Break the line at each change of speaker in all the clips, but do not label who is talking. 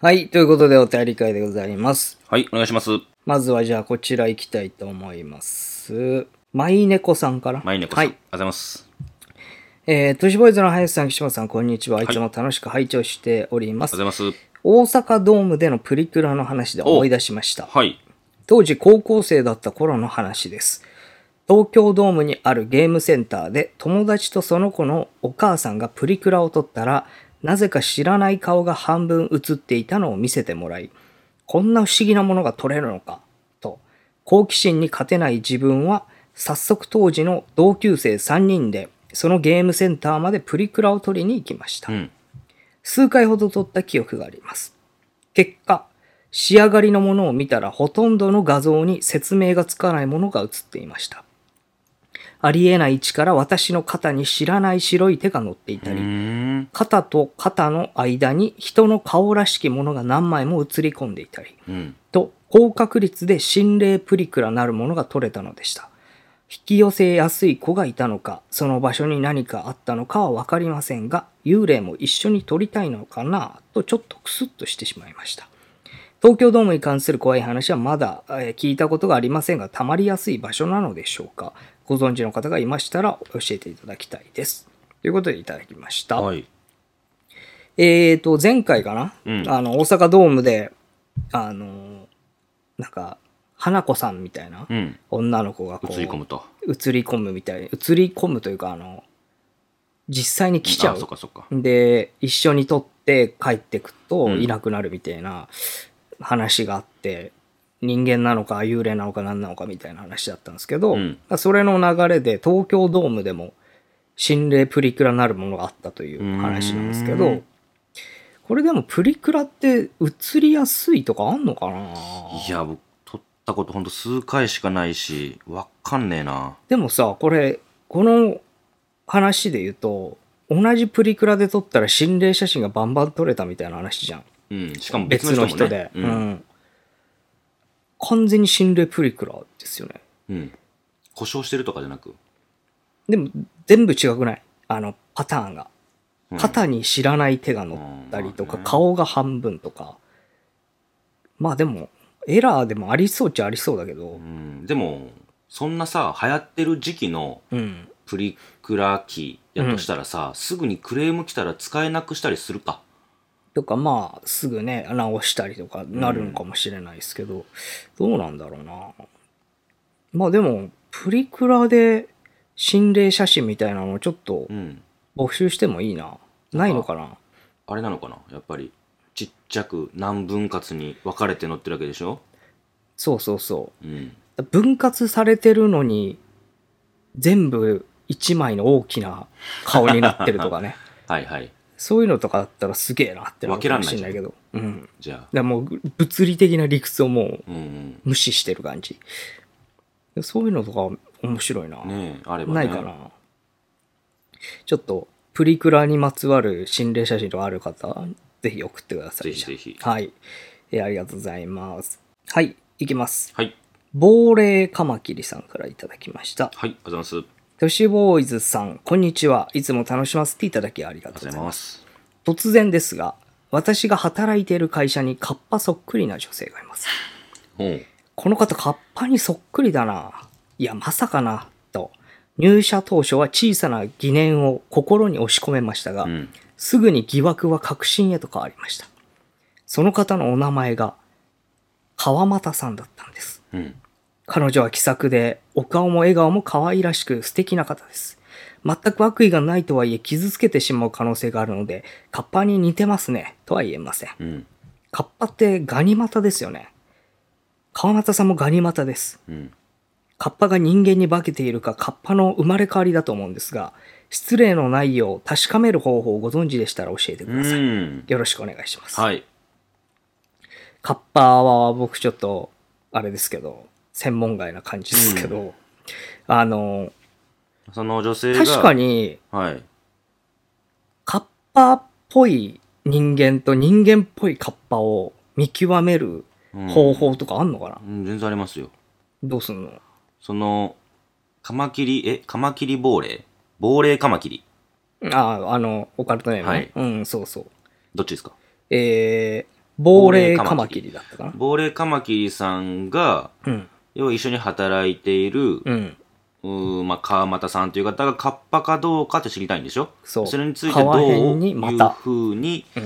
はい。ということで、お便り会でございます。
はい、お願いします。
まずは、じゃあ、こちら行きたいと思います。マイネコさんから。
マイネコさん。
は
あり
い。
がとうございます。
えー、都市ボーイズの林さん、岸本さん、こんにちは。いつも楽しく拝聴しておりま
あ
す。
りがとうございます。
大阪ドームでのプリクラの話で思い出しました。
はい。
当時高校生だった頃の話です。東京ドームにあるゲームセンターで友達とその子のお母さんがプリクラを撮ったら、なぜか知らない顔が半分映っていたのを見せてもらい、こんな不思議なものが撮れるのか、と、好奇心に勝てない自分は、早速当時の同級生3人で、そのゲームセンターまでプリクラを撮りに行きました
う。ん。
数回ほど撮った記憶があります。結果、仕上がりのものを見たらほとんどの画像に説明がつかないものが写っていました。ありえない位置から私の肩に知らない白い手が乗っていうたり、
ーん。
肩と肩の間に人の顔らしきものが何枚も写り込んでいたり、
うん。
と高確率で心霊プリクラなるものが取れたのでした。引き寄せやすい子がいたのか、その場所に何かあったのかはわかりませんが、幽霊も一緒に撮りたいのかなとちょっとクスッとしてしまいました。東京ドームに関する怖い話はまだ、えー聞いたことがありませんが、たまりやすい場所なのでしょうか。ご存知の方がいましたら教えていただきたいです。ということでいただきました。
はい。
えー、と、前回かな、
うん
あの、大阪ドームで、あのー、なんか、花子さんみたいな
うん。
女の子がこう、
映り込むと。
映り込むみたいに、映り込むというか、あの、実際に来ちゃ
あそっ
う。
かそっか。
で、一緒に撮って帰ってくと
うん
いなくなるみたいな話があって、人間なのか幽霊なのか何なのかみたいな話だったんですけど、
うん
まあそれの流れで東京ドームでも心霊プリクラなるものがあったという話なんですけ
う
ど
ん、
これでもプリクラって映りやすいとかあんのかない
や、僕、撮ったことほんと数回しかないし、わかんねえな。
でもさ、これ、この話で言うと、同じプリクラで撮ったら心霊写真がバンバン撮れたみたいな話じゃん。
うん。しかも別
別
の
の
人も
人で。。
ねう。
うんん完全に心霊プリクラですよね。
うん。故障してるとかじゃなく。
でも、全部違くないあの、パターンが。
うん
肩に知らない手が乗ったりとか、
うん
顔が半分とか。まあでも、エラーでもありそうっちゃありそうだけど
う、ん。でも、そんなさ、流行ってる時期の
うん。
プリクラ機やとしたらさ、すぐにクレーム来たら使えなくしたりするか。
とかまあすぐね直したりとかなるのかもしれないですけど、どうなんだろうなまあでもプリクラで心霊写真みたいなのちょっと
うん。
募集してもいいなないのかな
あれなのかなやっぱりちっちゃく何分割に分かれて乗ってるわけでしょ
そうそうそ
うん
う分割されてるのに全部一枚の大きな顔になってるとか ね
はいはい
そういうのとかだったらすげえなってなるかもしれないけどうんだか
じゃあ
らもう物理的な理屈をもう
うん
無視してる感じそういうのとか面白いな、
うんねえあればね
ないかなちょっとプリクラにまつわる心霊写真とかある方ぜひ送ってください
ぜひぜひ
はい、えーありがとうございますはいいきます
はい
亡霊カマキリさんからいただきました
はいありがとうございますあり
都市ボーイズさんこんにちはいつも楽しませていただきありが
が
とう
と
ござ
うござ
い
い
ま
ますす
突然ですが私が働いている会社にカッパそっくりな女性がいます
おう
この方カッパにそっくりだな。いや、まさかな。と。入社当初は小さな疑念を心に押し込めましたが、
うん
すぐに疑惑は確信へと変わりました。その方のお名前が、川又さんだったんです。
うん
彼女は気さくで、お顔も笑顔も可愛らしく素敵な方です。全く悪意がないとはいえ傷つけてしまう可能性があるので、カッパに似てますね、とは言えません。
うん
カッパってガニ股ですよね。川又さんもガニ股です。
うん
カッパが人間に化けているかカッパの生まれ変わりだと思うんですが、失礼のないよう確かめる方法をご存知でしたら教えてください。
うん
よろしくお願いします。
はい
カッパは僕ちょっと、あれですけど、専門外な感じですけど、あの、
その女性が
確か
に
に
はい
カッパっぽい人間と人間っぽいカッパを見極める
うん
方法とかあんのかな、
うん全然ありますよ
どうすんの
そのカマキリえカマキリ亡霊亡霊カマキリ
ああ、あの、オカルトネームね。
はい
うん、そうそう。
どっちですか
えー、亡霊カマキリだったかな。
亡霊カマキリさんが
うん。
要は一緒に働いている、
うん。
うーまあ、川俣さんという方がカッパかどうかって知りたいんでしょ
そう
れについてどう
川
い
辺にまた
うふうに、
うん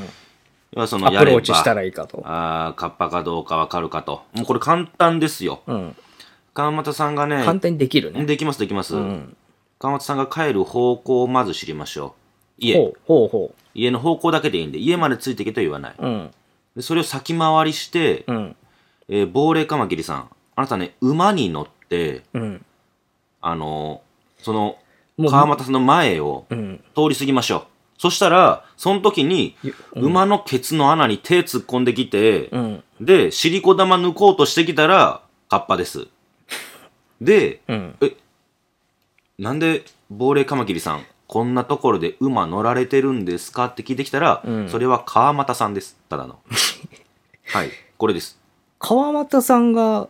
要はその
ア
や
プ
れ
ロ
ば
ーチしたらいいかと。
あーカッパかどうかわかるかともうこれ簡単ですよ
うん。
川俣さんがね
簡単にできるね。
できますできます、
うん。
川俣さんが帰る方向をまず知りましょう
ほ
家
うほうほ
家の方向だけでいいんで家までついていけとは言わない、
う。うん。
でそれを先回りして、
うん。
えー亡霊カマキリさんあなたね馬に乗って
うん。
あのーその
もう
川俣さんの前を
うん。
通り過ぎましょうそしたらその時に
ゆ
馬のケツの穴に手突っ込んできて、
うん。
で尻子玉抜こうとしてきたらカッパですで
うん。
なんで亡霊カマキリさんこんなところで馬乗られてるんですかって聞いてきたら、
うん
それは川俣さんですた だのはいこれです
川俣さんが、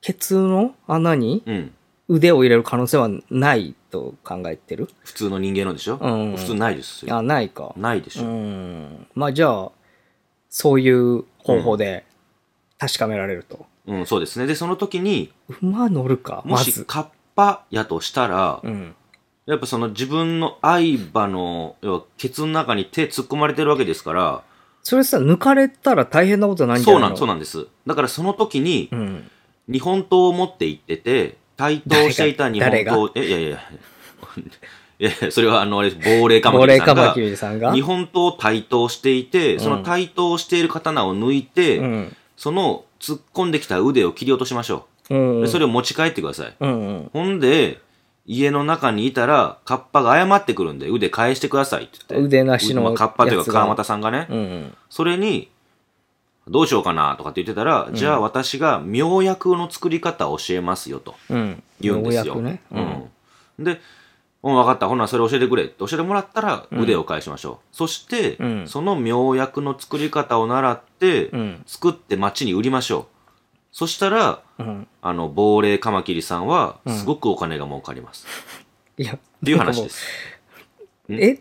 ケツの穴に
うん
腕を入れる可能性はないと考えてる
普通の人間のでしょ、
うん
普通ないですよ
あ、ないか。
ないでし
う
ょ、
ん。まあじゃあ、そういう方法で確かめられると。
うんそうですねでその時に
馬乗るか、
も
ま
し
ず。
カッパやとしたら、
うん。
やっぱその自分の相場の、要はケツの中に手突っ込まれてるわけですから、
それさ、抜かれたら大変なことないんじゃ
そう
ない
な
の
ん、そうなんです。だからその時に、
うなん。
日本刀を持って行ってて、対等していた日本
誰が
刀、え、いやいやいやいやいや、それはあの、あれ、亡霊カマ
亡
キ
霊
リさ
カ
ん
マ
が
キ、リさんが。
日本刀を対等していて、その対等している刀を抜いて、
うん。
その突っ込んできた腕を切り落としましょ
うん
う。
う
で
ん。
それを持ち帰ってください。
うんうん。
ほんで、家の中にいたら、カッパが謝ってくるんで、腕返してくださいって言って。
腕なしの
まあカッパという
やつ
か
が
川又さんがね、
うんうん。
それに、どうしようかなとかって言ってたら、じゃあ私が妙薬の作り方を教えますよと
うん。
言うんです
よ
よ。
うやくね。
う。んで、うん、分かった、ほな、それ教えてくれって教えてもらったら腕を返しましょう。そして、
うん
その妙薬の作り方を習って、
うん。
作って町に売りましょう。そしたら、
うん。
あの、亡霊カマキリさんは、
うん
すごくお金が儲かります。
いや、っ。
っていう話ですす。
え、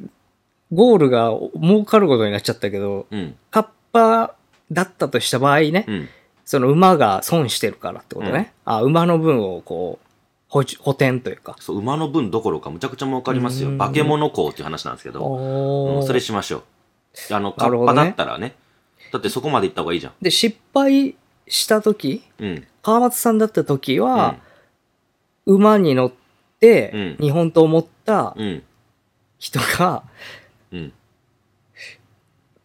ゴールが儲かることになっちゃったけど、
うん。
カッパだったとした場合ね、
うん。
その馬が損してるからってことね。あ、馬の分をこう、補充補填というか。
そう、馬の分どころかむちゃくちゃ儲かります
う
よ。
ん
化け物校っていう話なんですけど、
お
うん
ー
それしましょう。あの、カ
なるほ
ッ
ど
パ
ね
だったらね。だってそこまで行った方がいいじゃん。
で、失敗した時、
うん。
川松さんだった時
うん
は、馬に乗って、
うん
日本刀を持った
うん。
人が、
うん。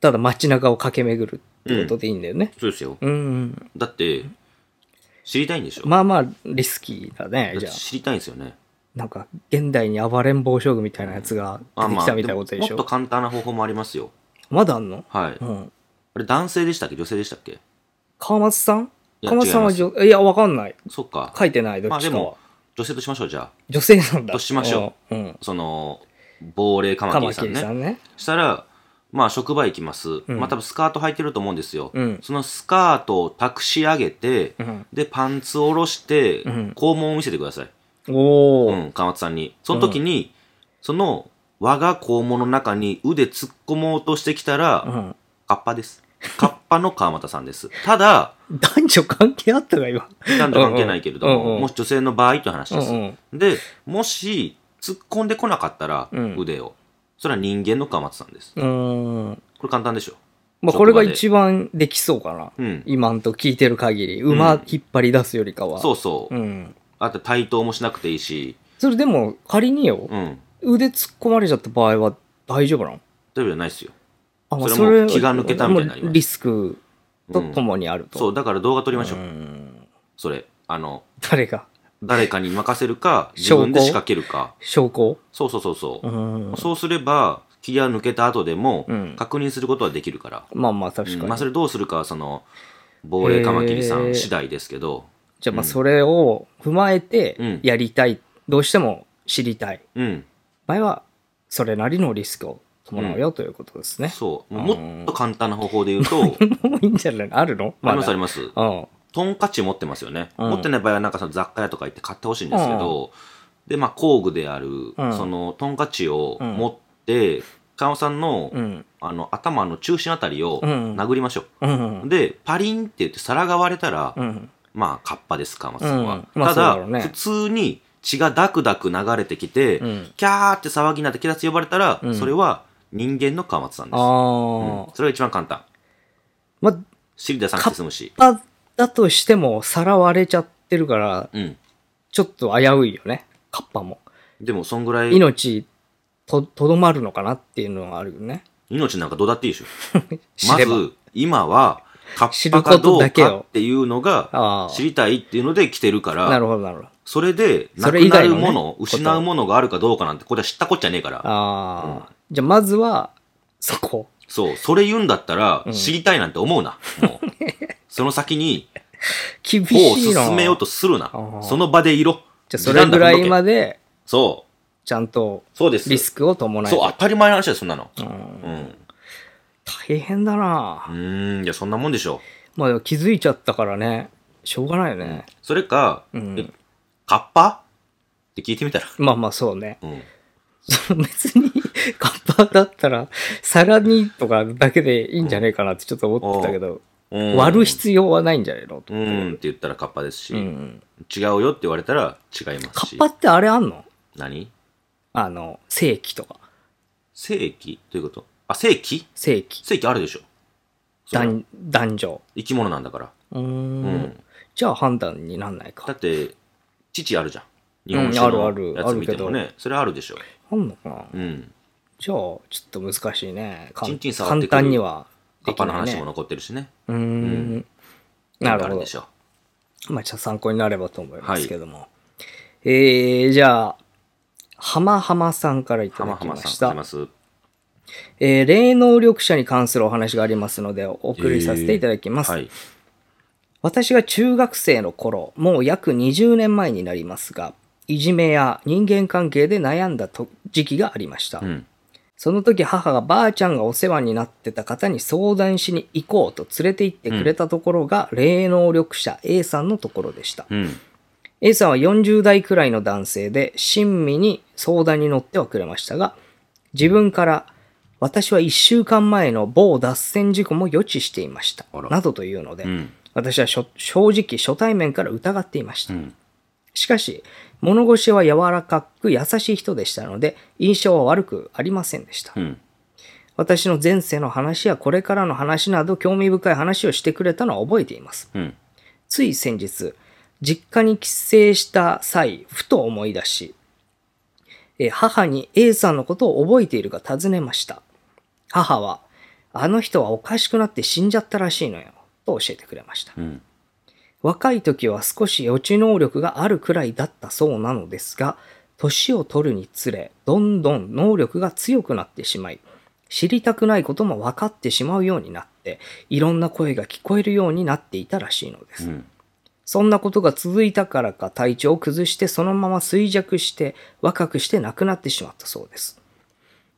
ただ街中を駆け巡るってことでいいんだよね。
そうですよ。
うん。
だって、知りたいんでしょ
まあまあ、リスキーだね
だ、っ
じゃ
て
あ。
知りたいんですよね。
なんか、現代に暴れん坊将軍みたいなやつが出
あ
て
ま
き
あ、
たみたいなことでしょ。
もっと簡単な方法もありますよ。
まだあんの
はい。
う
あ
ん。
れ、男性でしたっけ女性でしたっけ
川松さん
いや
川松さんは
違い
女、いや、わかんない。
そっか。
書いてない、ど
ま
っ
あ
ち
で
かは
も。、女性としましょう、じゃあ。
女性なんだ。
としましょ
う。うん。
その、亡霊カマ
カ
キ
マ
リさ
キ
ん
リ
ね。
さんね。
したら、まあ、職場行きます。
ん
まあ、多分スカート履いてると思うんですよ。
うん
そのスカートを託し上げて、
うん。
で、パンツを下ろして、
うん
肛門を見せてください。
お
う
ー。
ん、川津さんに。その時に、その、我が肛門の中に腕突っ込もうとしてきたら、
うん。
カッパです。カッパの川俣さんです。ただ、
男女関係あったか、今。
男女関係ないけれども、
うんうん
もし女性の場合という話
うんう
です。
ん。
で、もし、突っ込んでこなかったら、
うん
腕を。それは人間の川俣さんです。
うーん。
これ簡単でしょ。
まあ、これが一番できそうかな。
うん。
今んと聞いてる限り、
ん
馬引っ張り出すよりかは。
そうそう。
うん。
あと対等もしなくていいし、
それでも、仮によ、
うん。
腕突っ込まれちゃった場合は大丈夫なの
大丈夫じゃないですよ。
あ、まあ
それはもう気が抜けたみたいになります
もうリスクと
うん
ともにあると。
そう、だから動画撮りましょう。
ん
それ。あの、
誰が
誰かに任せ るか、自分で仕掛けるか。
証拠
そうそうそうそうう。
ん。
そうすれば、気が抜けた後でも
うん、
確認することはできるから。
まあまあ確
うん
かに。
まあ、それどうするかは、その、亡霊カマキリさ
へー
ん次第ですけど、
じゃあまあ
うん
それを踏まえ
うん
てやりたい。どうしても知りたい。
うん。
場合は、それなりのリスクを伴うよということですね。
そ
あ
う。も
ー
もっと簡単な方法で言うと、
もういいんじゃないのあるの
ありますあ
だ
ります。
うん。
トンカチ持ってますよね。
うん
持ってない場合は、なんかその雑貨屋とか行って買ってほしいんですけど、で、まあ工具である、
うん
そのトンカチを
うん
持って、川尾さんの,、
うん。
あの頭の中心あたりを
うん
殴りましょう。
うん。
で、パリンって言って皿が割れたら、
うん。
まあ、カッパです、川松さんは。
うんまあ
た
そうだろ
だ、
うね
普通に血がダクダク流れてきて、
うん
キャーって騒ぎになって警察呼ばれたら、
うん
それは人間の川松さんで
あ
す。うん
あ。
それが一番簡単。
まあ、
シリダさん来て済むし。
パだとしても、皿割れちゃってるから、
うん。
ちょっと危ういよね。カッパも。
でも、そんぐらい、
命と、とどまるのかなっていうのはあるよね。
命なんかどうだっていいでしょ。
知
ま
れば。
ず、今は、カ
知
ッ
る
パ
こ
か
と
ど
だ
う
けを
かっていうの
あ
が
あ、
知りたいっていうので来てるか
なる
ら、
ほど、なるほど。
それで、な
そ
く
れ以
な
外
る
のね
もの、
こと
失うものがあるかどうかなんて、これは知ったこっちゃねえから。
ああ。じゃあ、まずは、そ こ。
そう、それ言うんだったら
う、ん
知りたいなんて思うな。も うその先に、
厳
歩を
しいな。
進めようとするな
ああ。
その場でいろ。
じゃあ、それぐらいま
で。
で、
そ
ちゃんと
う、そうです。
リスクを伴え
そう、当たり前の話だよ、そんなの。
うん
うん。
大変だな
う、ーん、いや、そんなもんでしょ
まあでも気づいちゃったからねしょうがないよ
う。
ね、
それか、
うん
えカッパって聞いてみたら。
まあまあそうね
うん。
別にカッパーだったら皿にとかだけでいいんじゃねえかなってちょっと思ってたけど、
うん
割る必要はないんじゃないのと
う
思って
んって言ったらカッパですし、
うん
違うよって言われたら違います
カッ
し。
パってあれあんの
何
あの正規とか
正規ということあ、正規
正規
正規あるでしょ。それは
男男女
生き物なんだから。
うー
うんん。
じゃあ判断になんないか
だって、父あるじゃん。日本酒
あるあ
の
る
やつ見ても
あ
ね、それあるでしょ。
あんのかな
うん。
じゃあちょっと難しいねかん
チンチン触ってく
簡
る
単にはで
カッ
きない、ね、
パの話も残ってるしね。
うーん。なる
あ
ほ
る
ど
で。しょ。
まあ、ちょっと参考になればと思いますけども。えー、じゃあ、浜浜さんからいた
浜
だき
浜
ま
さん、
し
あ
た
り。ます。
えー、霊能力者に関するお話がありますので、お送りさせていただきます。
はい。
私が中学生の頃、もう約20年前になりますが、いじめや人間関係で悩んだと時期がありました。
うん。
その時母がばあちゃんがお世話になってた方に相談しに行こうと連れて行ってくれたところが、霊能力者 A さんのところでした。
うん。
A さんは40代くらいの男性で、親身に相談に乗ってはくれましたが、自分から、私は1週間前の某脱線事故も予知していました
あら。
などというので、
うん。
私はしょ正直初対面から疑っていました。
うん。
しかし、物腰は柔らかく優しい人でしたので、印象は悪くありませんでした。
うん。
私の前世の話やこれからの話など興味深い話をしてくれたのは覚えています。
うん。
つい先日、実家に帰省した際、ふと思い出し、えー母に A さんのことを覚えているか尋ねました。母は、あの人はおかしくなって死んじゃったらしいのよ、と教えてくれました。
うん。
若い時は少し予知能力があるくらいだったそうなのですが、年を取るにつれ、どんどん能力が強くなってしまい、知りたくないことも分かってしまうようになって、いろんな声が聞こえるようになっていたらしいのです。
うん。
そんなことが続いたからか体調を崩してそのまま衰弱して若くして亡くなってしまったそうです。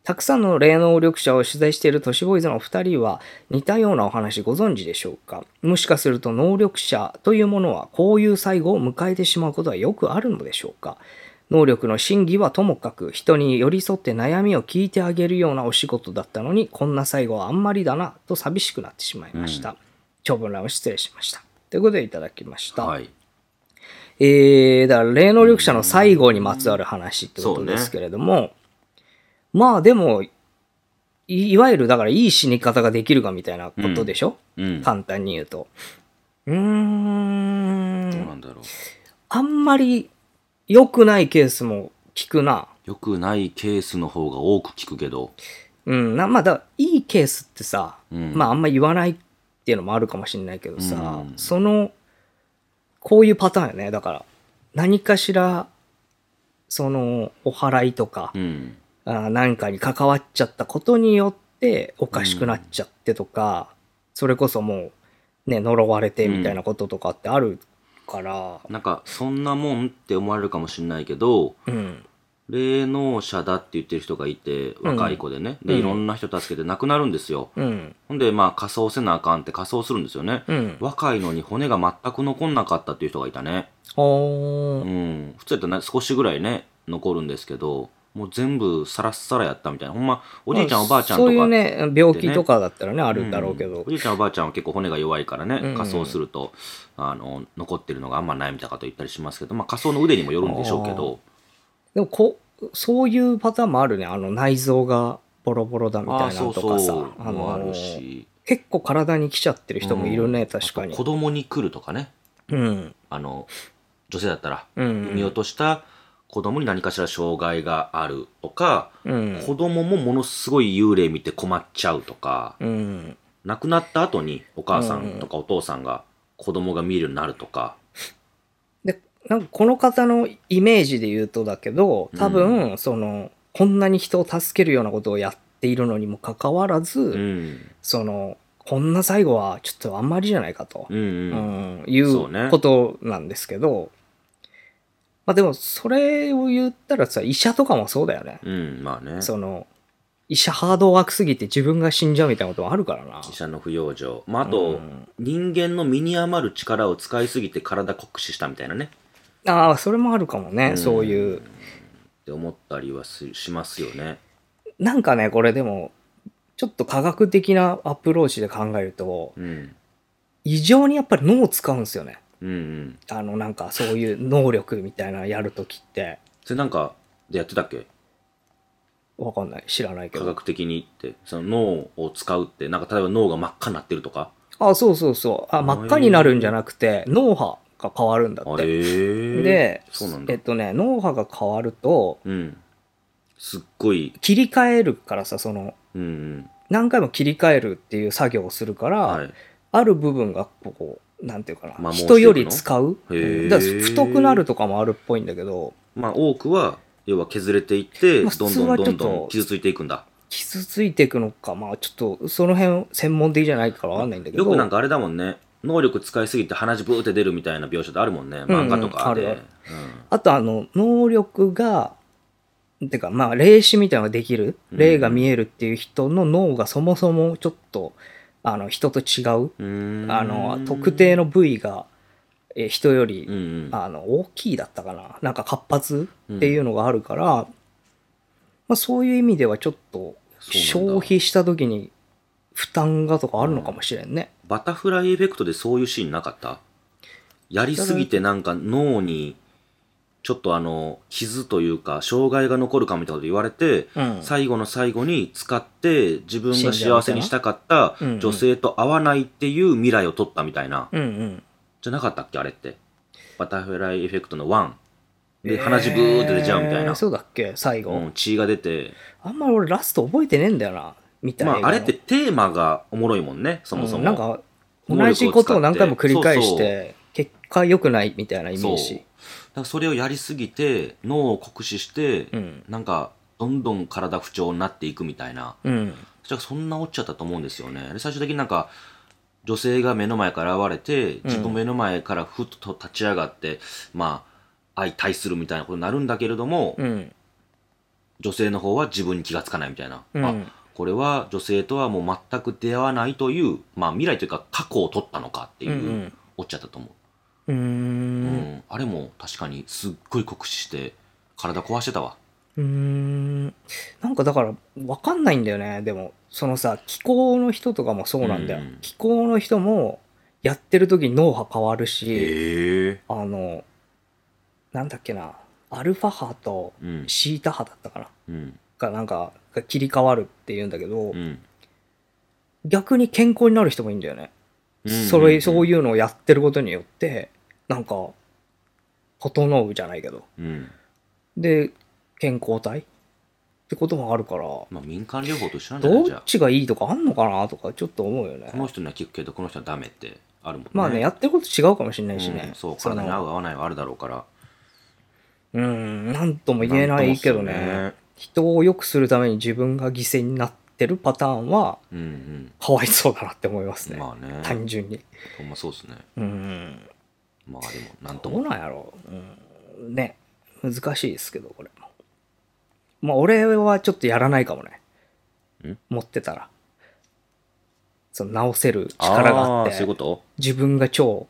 たくさんの霊能力者を取材している都市ボーイズのお二人は似たようなお話ご存知でしょうかもしかすると能力者というものはこういう最後を迎えてしまうことはよくあるのでしょうか能力の真偽はともかく人に寄り添って悩みを聞いてあげるようなお仕事だったのにこんな最後はあんまりだなと寂しくなってしまいました。長文乱を失礼しました。ということでいただきました。
はい。
えー、だから霊能力者の最後にまつわる話ってことですけれども、まあでもい、いわゆるだからいい死に方ができるかみたいなことでしょ、
うん。ど
簡単に言うと。うー、
うんなんだろう。
あんまり良くないケースも聞くな。
良くないケースの方が多く聞くけど。
うん、なまあだからいいケースってさ、
うん
まああんま言わないっていうのもあるかもしれないけどさ、
うん
そのこういうパターンよねだから何かしらそのお祓いとか
う、ん。
あーなんかに関わっちゃったことによっておかしくなっちゃってとか、それこそもうね呪われてみたいなこととかってあるから、
なんか、そんなもんって思われるかもしれないけど、
うん、
霊能者だって言ってる人がいて、若い子でね。
うん
で、
うん
いろんな人助けて亡くなるんですよ。
うん、
ほんで、まあ、仮装せなあかんって仮装するんですよね。
うん、
若いのに骨が全く残んなかったっていう人がいたね。
お
う
ー
ん。普通だったらね少しぐらいね、残るんですけど、もう全部サラッサラやったみたいなほんまおじいちゃんおばあちゃんと
そ
か
ういうね、病
って
気
ね
とかだったらね、あるだろうけ
ん
ど
お。じいちゃんおばあちゃんは結構骨が弱いからね、
うん
仮装するとあの残ってるのがあんまないみたいなこと言ったりしますけど、まあ、仮装の腕にもよるんでしょうけど
でもこ、そういうパターンもあるね。あの、内臓がボロボロだみたい
ー
なのと
う
かさ。
う
の
もあるし
結構体に来ちゃってる人もいるね、
うん
確か
あ
に
と子。供に来るとかね
うん。
あの女性だったら
うん。
産み落とした子供に何かしら障害があるとか、
うん。
子供もものすごい幽霊見て困っちゃうとか、
うん。
亡くなった後にお母さんとかお父さんが子供が見えるようになるとか、
で、なんかこの方のイメージで言うとだけど、多分、その、こんなに人を助けるようなことをやっているのにもかかわらず、
うん、
その、こんな最後はちょっとあんまりじゃないかと。
うんうん
うん、い
そうね
うことなんですけど、まあでもそれを言ったらさ医者とかもそうだよね、
うん、まあね。
その医者ハードワークすぎて自分が死んじゃうみたいなこともあるからな
医者の不養生。まあ、あ
う
と、
ん
人間の身に余る力を使いすぎて体酷使したみたいなね。
ああそれもあるかもね、
うん
そういう
って思ったりはすしますよね。
なんかねこれでもちょっと科学的なアプローチで考えると
うん。
異常にやっぱり脳を使うんですよね
うんうん。
あのなんかそういう能力みたいなのやるときって
それなんか、でやってたっけ
わかんない知らないけ
科
ど
学的にって。その脳を使うって、なんか例えば脳が真っ赤になってるとか。
あそうそうそうあ真っ赤になるんじゃなくて脳波が変わるんだっ
あ
て
れー
で、
そうなんだ
えっ。とね、脳波が変わると、
うん。すっごい、
切り替えるからさ、その、
うんうん。
何回も切り替えるっていう作業をするから、
はい。
ある部分がこう、なんていうか
摩
な、
耗していく
人
の
より使う。
へー
だから太くなるとかもあるっぽいんだけど、
まあ、多くは、要は削れていって、
まあ
どんどんど
普
ん
通はちょ
ど
っ
ん
と
傷ついていくんだ。
傷ついていくのか、まあちょっと、その辺、専門的じゃないからわかんないんだけど。
よくなんかあれだもんね能力使いすぎて鼻血ブーって出るみたいな描写であるもんね
んうん
漫画とかで、
あるあとあの、能力が、てかまあ、霊視みたいなのができる、
うん
霊が見えるっていう人の脳がそもそもちょっと、あの、人と違う
うんうーん
あの特定の部位がえー人より、
うんうん
あの大きいだったかななんか活発っていうのがあるから、まあ、そういう意味ではちょっと
そうなんだ
消費した時に負担がとかあるのかもしれんね。
バタフライエフェクトでそういうシーンなかったやりすぎてなんか脳にちょっとあの傷というか障害が残るかみたいなこと言われて、
うん
最後の最後に使って自分が
死んじゃうみたいな
幸せにしたかった
うんうん
女性と会わないっていう未来を取ったみたいな、
うんうん、
じゃなかったっけあれってバタフライエフェクトの1で鼻血ブーって出ちゃうみたい
え
な、
ーそうだっけ最後、
うん、血が出て、
あんまり俺ラスト覚えてねえんだよなみたい
ま
な、
あ、あれってテーマがおもろいもんね、そもそも。
うんなんか同じことを何回も繰り返し
そう
て結果良くないみたいなイメ
そう
ー
そう
ジ
だからそれをやりすぎて、脳を酷使して、
うん
なんか、どんどん体不調になっていくみたいな。
うん
そしたらそんな落ちちゃったと思うんですよね。で最終的になんか、女性が目の前から現れて、自分目の前からふっと立ち上がって、まあ、相対するみたいなことになるんだけれども、
うん
女性の方は自分に気がつかないみたいな、
うん
あこれは女性とはもう全く出会わないという、まあ、未来というか過去を取ったのかっていう、
うんうん
おっちゃったと思
うー
う、うん
ん
あれも確かにすっごい酷使して体壊してたわ
うーんなんかだから分かんないんだよねでもそのさ気候の人とかもそうなんだよ、
うん
気候の人もやってる時に脳波変わるし、
え
あのなんだっけなアルファ波と
うん
シータ波だったかな
うん
がなんかが切り替わるっていうんだけど、
うん
逆に健康になる人もいいんだよね、
うんうんうん
それそういうのをやってることによってなんか整うじゃないけど
うん
で健康体ってこともあるから
まあ民間療法と一緒なんじゃな
ど
い
っ
じゃあ
ちがいいとかあんのかなとかちょっと思うよね
こ。の人には聞くけどこの人はダメってあるもんね
まあね、やってること違うかもしれないしね。
うんそう体に合う合わないはあるだろうから
そのうん、なんとも言えないけどね
なんともっすよね
人を良くするために自分が犠牲になってるパターンは、
うん
かわいそうだなって思います
うん
ね。
まあね、
単純に。
ほんまそうですね
うん。
まあでもなんと
ど
も
うなんやろう、うん。ね、難しいですけど、これも。まあ、俺はちょっとやらないかもね
ん。
持ってたら。その直せる力があっ
ー
て。
そういうこと
自分が超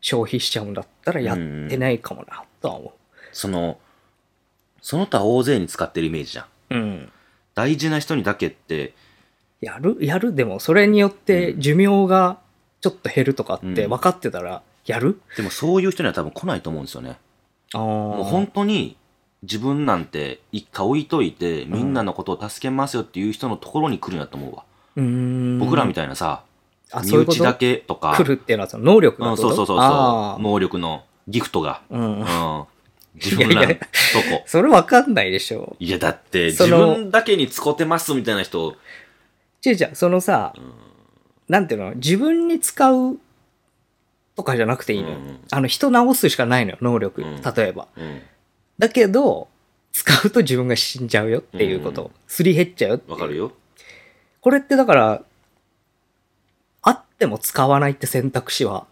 消費しちゃうんだったらやってないかもなとは思
そのその他大勢に使ってるイメージじゃん。
うん。
大事な人にだけって、
やる、やる、でもそれによって寿命がちょっと減るとかって分かってたら、やる、
でもそういう人には多分来ないと思うんですよね。
ああ。
もう本当に自分なんて一回置いといて、みんなのことを助けますよっていう人のところに来るんだと思うわ。
うーん
僕らみたいなさ、
あ
身
そういうこ
内
と
だけとか、
来るっていうのはその能力
う
が
ん、
って
そ
こ
う
と
そうそう
あ
そ
ー
う、能力のギフトが、
う
うんん、自分らのとこ。
それ分かんないでしょ。
いや、だって、
そ
自
の
分だけに使ってますみたいな人、
ちいちゃん、そのさ、なんていうの、自分に使うとかじゃなくていいのよ。
うんうん
あの、人直すしかないのよ、能力。
うん
例えば。
うん、
だけど、使うと自分が死んじゃうよっていうこ
うん
と。す、り減っちゃうっていう
わかるよ。
これってだから、あっても使わないって選択肢は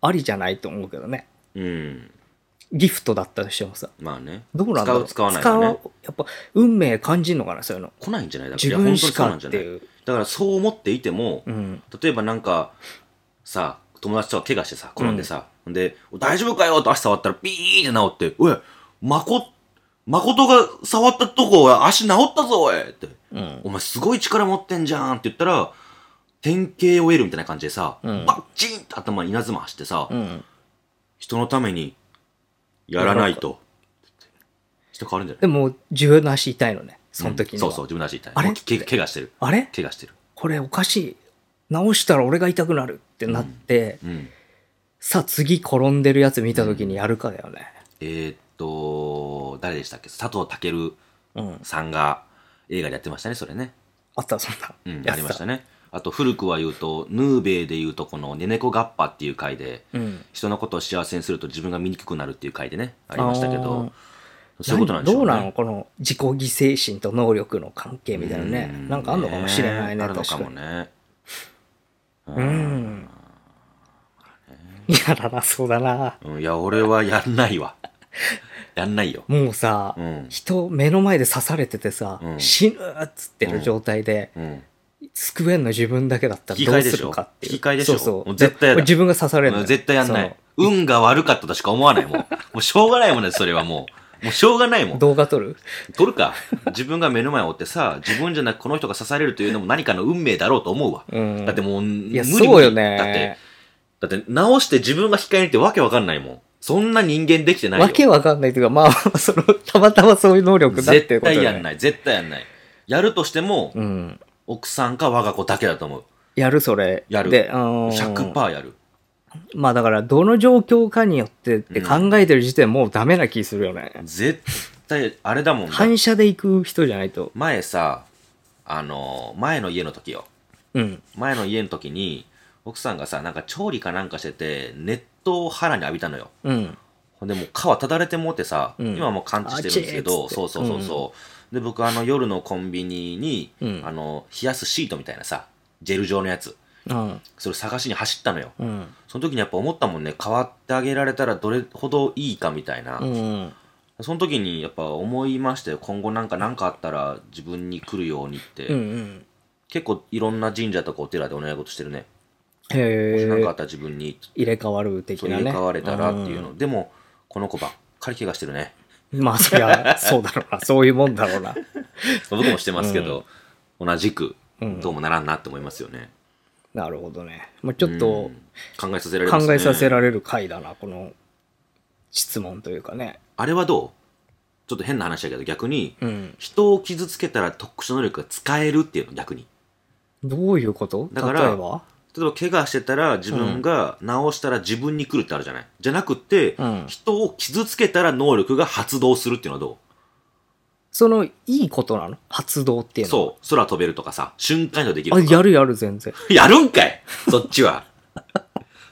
ありじゃないと思うけどね。
うん。
ギフトだったとしてもさ。
まあね。
どうなんだろう
使う、使わないよね。
使うやっぱ、運命感じるのかな、そういうの。
来ないんじゃないだから
自分し
いや
か
本
っ
当にそ
て
うなんじゃない
いう。
だからそう思っていても、
うん。
例えばなんか、さ、友達とか怪我してさ、転んでさ、で、大丈夫かよと足触ったら、ピーって治って、おい、まこ、誠が触ったとこ、足治ったぞ、おいって。
うん。
お前すごい力持ってんじゃんって言ったら、典型を得るみたいな感じでさ、
うん
バッチンって頭に稲妻走ってさ、
うん。
人のためにやらないと。人変わるんじゃない
でも、自分の足痛いのね、その時
うん
には、
そうそう、自分の足痛い。
あれ
もうけ怪我してる。
あれ
怪我してる。
これおかしい。直したら俺が痛くなるってなって、
うん。
さあ次転んでるやつ見た時にやるかだよね。
えーっと、誰でしたっけ佐藤健
うん。
さんが映画でやってましたね、それね。
あった、そんな。
うん、
や
や
つ
り
だ
ましたね。あと、古くは言うと、ヌーベイで言うと、この、ねねこがっぱっていう回で、
うん。
人のことを幸せにすると自分が醜くなるっていう回でね、ありましたけど、そういうことなんでしょ
ど
うね。
うなのこの自己犠牲心と能力の関係みたいなね
う。
なんかあんのかもしれないね、
あるの
確
か
か
も
に。
ね。
うん。やらなそうだな。
うん、いや、俺はやんないわ。 やんないよ。
もうさ、
うん。
人目の前で刺されててさ、
うん
死ぬっつってる状態で、
うん。
救えんの自分だけだったら
引き
ど
換
う
えですしょ
るかっていう。
引き換えでしょ
そうそ
も
う。
う絶対やだ
自分が刺されるのよ
絶対やんな
そ
い。運が悪かったとしか思わないもん。もうしょうがないもんね、それはもう。もうしょうがないも
の
ん。
動画撮る
撮るか。自分が目の前を追ってさ、自分じゃなくこの人が刺されるというのも何かの運命だろうと思うわ。
うん。
だってもう、
いや、
無理
そうよ
だって
ね。、
だって直して自分が控えるってわけわかんないもん。そんな人間できてないよ。
わけわかんないというか、まあ、その、たまたまそういう能力だってい
絶
うこと
対
よね
やんない。絶対やんない。やるとしても、
うん。
奥さんか我が子だけだと思う。
やる、それ。
やる
で、うん。
100%やる。
まあだから、どの状況かによってって考えてる時点もうダメな気するよね。
絶対、あれだもんね。
反射で行く人じゃないと。
前さ、あの、前の家の時よ。
うん。
前の家の時に、奥さんがさ、なんか調理かなんかしてて、熱湯を腹に浴びたのよ。
うん。
ほんでもう皮ただれてもうてさ、
うん
今はもう感知してるんですけ
あ
ど、
ち
そ
ーっ
う
つって
そうそうそう。で、僕あの夜のコンビニに、
うん
あの、冷やすシートみたいなさ、ジェル状のやつ。
うん。
それ探しに走ったのよ。
うん。
その時にやっぱ思ったもんね、変わってあげられたらどれほどいいかみたいな。
うん。
その時にやっぱ思いましたよ。今後なんか何かあったら自分に来るようにって。
うんうん。
結構いろんな神社とかお寺でお願い事してるね。
へえ。
何かあったら自分に
入れ替わる的
そう
な
入
ね。
れ替われたらっていうの。でも、この子ばっかり怪我してるね。
うん。まあそりゃ、そうだろうな。そういうもんだろうな。
僕もしてますけど、同じく、どうもならんなって思いますよね。
なるほどね。まあ、ちょっと
考えさせられますね。
考えさせられる回だな、この質問というかね。
あれはどうちょっと変な話だけど、逆に、
うん。
人を傷つけたら特殊能力が使えるっていうの、逆に。
どういうこと
だから
例えば
例えば、怪我してたら自分が治したら自分に来るってあるじゃないじゃなくって、
うん
人を傷つけたら能力が発動するっていうのはど
そのいいことなの発動っていううのは。
そう、空飛べるとかさ、瞬間移動でき
あ、
るとか。
やるやる、全然。
やるんかいそっちは。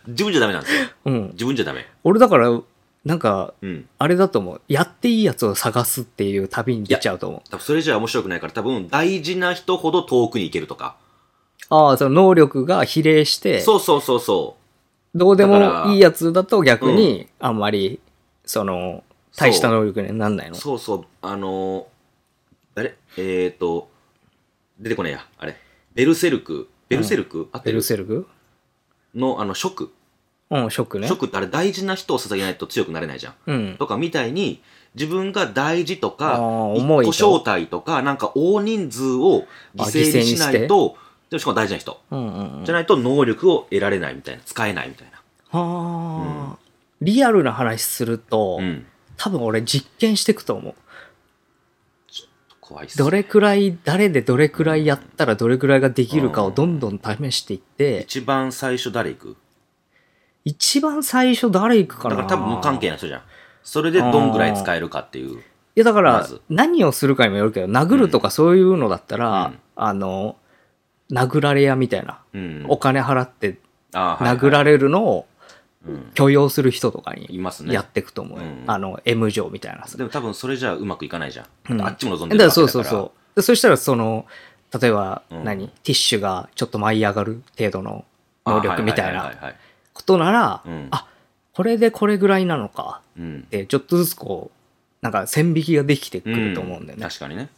自分じゃダメなんですよ。
うん。
自分じゃダメ。
俺だから、なんか、
うん。
あれだと思う。やっていいやつを探すっていう旅に出ちゃうと思う。
多分それじゃ面白くないから、多分大事な人ほど遠くに行けるとか。
ああ、その能力が比例して、
そうそうそうそう。
どうで
だか
も
ら
いいやつだと逆に、あんまり、その、大した能力になんないの。
そうそう。あのー、あれえっ、ー、と、出てこねえや。あれ。ベルセルク。ベルセルク、あって
ベ
る
ルセルグ
の、あの、ショック。
うん、ショックね。
ショックってあれ大事な人を捧げないと強くなれないじゃん。
うん。
とかみたいに、自分が大事と
あ
か、
ー
一
重いと
個招待とか、なんか大人数を犠牲にしないと、でもしかも大事な人、
うんうんうん
じゃないと能力を得られないみたいな、使えないみたいな。
はあ、リアルな話すると、
うん。
多分俺実験していくと思う。
怖いっす。
どれくらい、誰でどれくらいやったらどれくらいができるかをどんどん試していって、
一番最初誰行く
一番最初誰行くか
だ
な
から多分無関係な人じゃん。それでどんぐらい使えるかっていう。
いやだか
ま
ら
ず、
何をするかにもよるけど、殴るとかそういうのだったら、
うん
あの、殴られ屋みたいな、
うん。
お金払って
あーはい
殴られるのを
うん
許容する人とか
い
に
ますね。
やっていくと思うよ。
うん
あの、M 嬢みたいなさ。
でも多分それじゃうまくいかないじゃん。
うん
あっちも望ん
だから
でるわけだか
そう
ら。
そうそう。そしたらその、例えば
うん
何、ティッシュがちょっと舞い上がる程度の能力みたい
あはは
な
ははい
ことなら
うん、
あ、これでこれぐらいなのか
うん
っ。て、ちょっとずつこう、なんか線引きができてく
う
ると思うんだよね。
確かにね。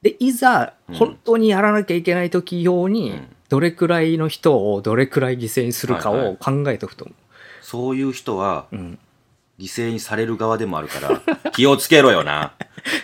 で、いざ
うん
本当にやらなきゃいけない時用
う
に
ん、
どれくらいの人をどれくらい犠牲にするか
はいは
を
い
考えておくと思
そういう人は
う。うん。
犠牲にされる側でもあるから、 気をつけろよな。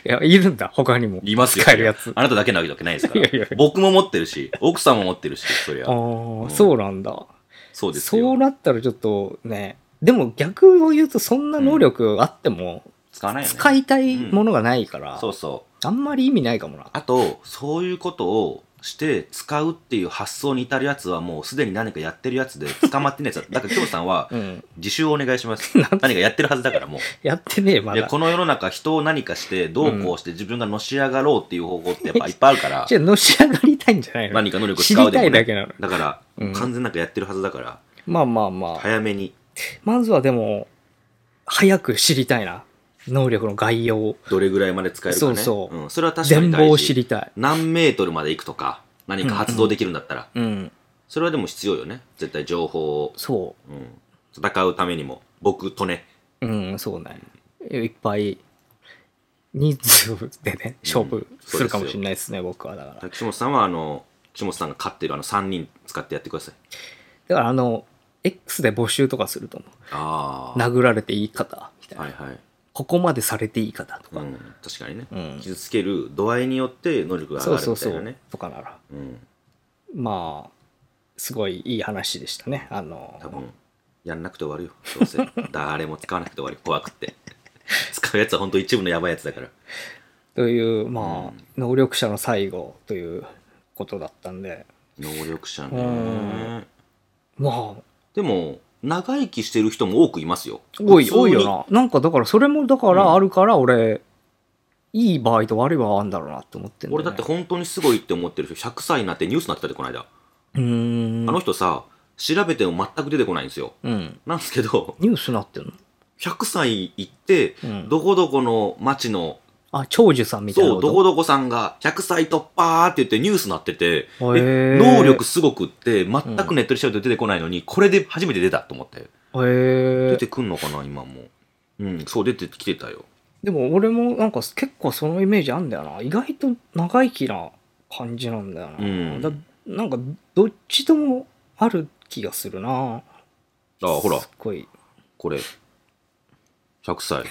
いや、いるんだ、他にも。
いますよ。
使えるやつ。
あなただけなわけないですか
いやいや
ら。僕も持ってるし、奥さんも持ってるし、そり
ああ
ゃ。
ー、
うん
そうなんだ。
そうです
そう
よ。
なったらちょっとね、でも逆を言うとそんな能力あっても
使わないよね。
使いたいものがないから、
そうそう。
あんまり意味ないかもな。
あと、そういうことをして使うっていう発想に至るやつはもうすでに何かやってるや つで捕まってないやつだ。だから、京さんは
うん。
自習をお願い します。何かやってるはずだからもう。
やってねえ、ま
いや
だ。
この世の中人を何かしてどうこうして自分がのし上がろうっていう方法ってや っぱいっぱいあるから
じゃあ、のし上がりたいんじゃないの
何か能力を使うで
知り
も、ね、
たいだけなの
だから、
うん
完全なんかやってるはずだから
まあまあまあ。
早めに
まずはでも、早く知りたいな。能力の概要を。
どれぐらいまで使えるかね、
そうそうん
それは確か
全
に
貌
大
を知
事
りたい。
何メートルまで行くとか何か発動できるんだったら、
うん。
それはでも必要よね絶対情報を、
そ
うん、戦うためにも僕とね
う。うん、そうね。いっぱい、人数でね、勝負するかもしれないですね、僕は。だから。
岸本さんはあの岸本さんが飼ってるあの3人使ってやってください
だからあの、X で募集とかすると思
あ
う。殴られていい方、みたい
あ
な。
はいはい
ここまでされていい方とか。
うん、確かにね、
うん
傷つける度合いによって能力が上
そう
がる
そ
み
う
た
そ
いな
う
ね。
とかなら。
うん
まあ、すごいいい話でしたね。あの
多、分やんなくて終わるよどうせ 誰も使わなくて終わる怖くて 使うやつは本当一部のやばいやつだから
という、まあ
うん、
能力者の最後ということだったんで、
能力者
う
ね
んまあ、
でも長生きしてる人も多くいますよ
多い、
普通に
多いよな。なんかだから、それもだか
うん
らあるから、俺、いい場合と悪い場合あるんだろうなって思ってんよね
俺だって、本当にすごいって思ってる人100歳になってニュースになってたでこの間、
うーん。
あの人さ調べても全く出てこないんですよ
うん。
なんですけど
ニュースなってんの
100歳行って、
うん
どこどこの町の
あ、長寿さんみたいな
そう、
こと。
どこどこさんが100歳突破ーって言ってニュースなってて、
へー
え能力すごくって、全くネットで調べて出てこないのに、これで初めて出たと思って。
へ
出
え
てくんのかな、今も。うん、そう、出てきてたよ。
でも俺もなんか結構そのイメージあんだよな意外と長生きな感じなんだよな、
うん
だなんかどっちともある気がするな
あ、ほら
す、っごい
これ。100歳。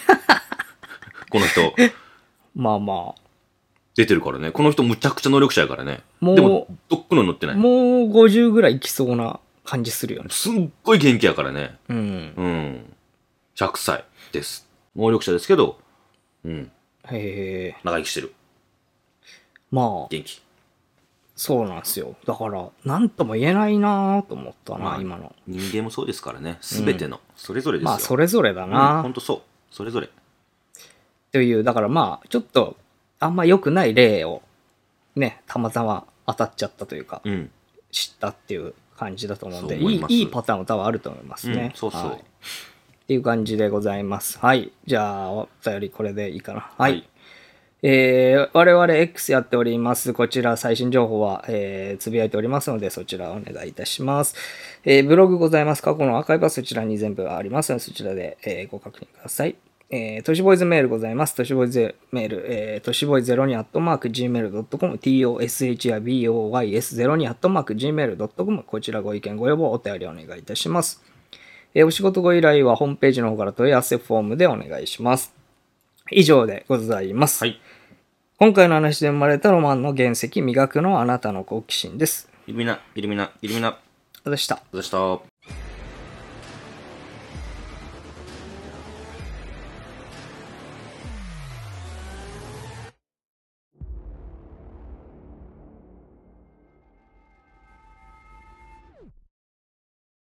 この人、
まあま
出てるからね。この人、むちゃくちゃ能力者やからね。
もう
でも、どっくの乗ってな
あ
い。
もう50ぐらいいきそうな感じするよね
すっごい元気やからね。
うん
うん。100歳です。能力者ですけど、うん、
へえ
長生きしてる。
まあ
元気。
そうなんですよだから何とも言えないなと思ったな、
まあ
今の
人間もそうですからね全ての、それぞれですよ
まあそれぞれだな、
本当そうそれぞれ
という、だからまあ、ちょっと、あんま良くない例を、ね、たまたま当たっちゃったというか、
うん、
知ったっていう感じだと思うんで、いう
そ思い
い
ます
いいパターンも多分あると思いますね。
うんそうそう
はいっていう感じでございます。はい。じゃあ、お便りこれでいいかな。はい。
はい
えー我々 X やっております。こちら最新情報は、えーつぶやいておりますので、そちらお願いいたします。えーブログございます。過去のアーカイブはそちらに全部ありますので、そちらで、えーご確認ください。えー、都市ボーイズメールございます。都市ボーイズメール、えー、都市ボーイズ02アットマーク gmail.com、toshiboys02 アットマーク gmail.com、こちらご意見、ご要望、お便りお願いいたします。えーお仕事ご依頼はホームページの方から問い合わせフォームでお願いします。以上でございます。
はい。
今回の話で生まれたロマンの原石、磨くのはあなたの好奇心です。
イルミナ、イルミナ、イルミナ、
でした。
でした。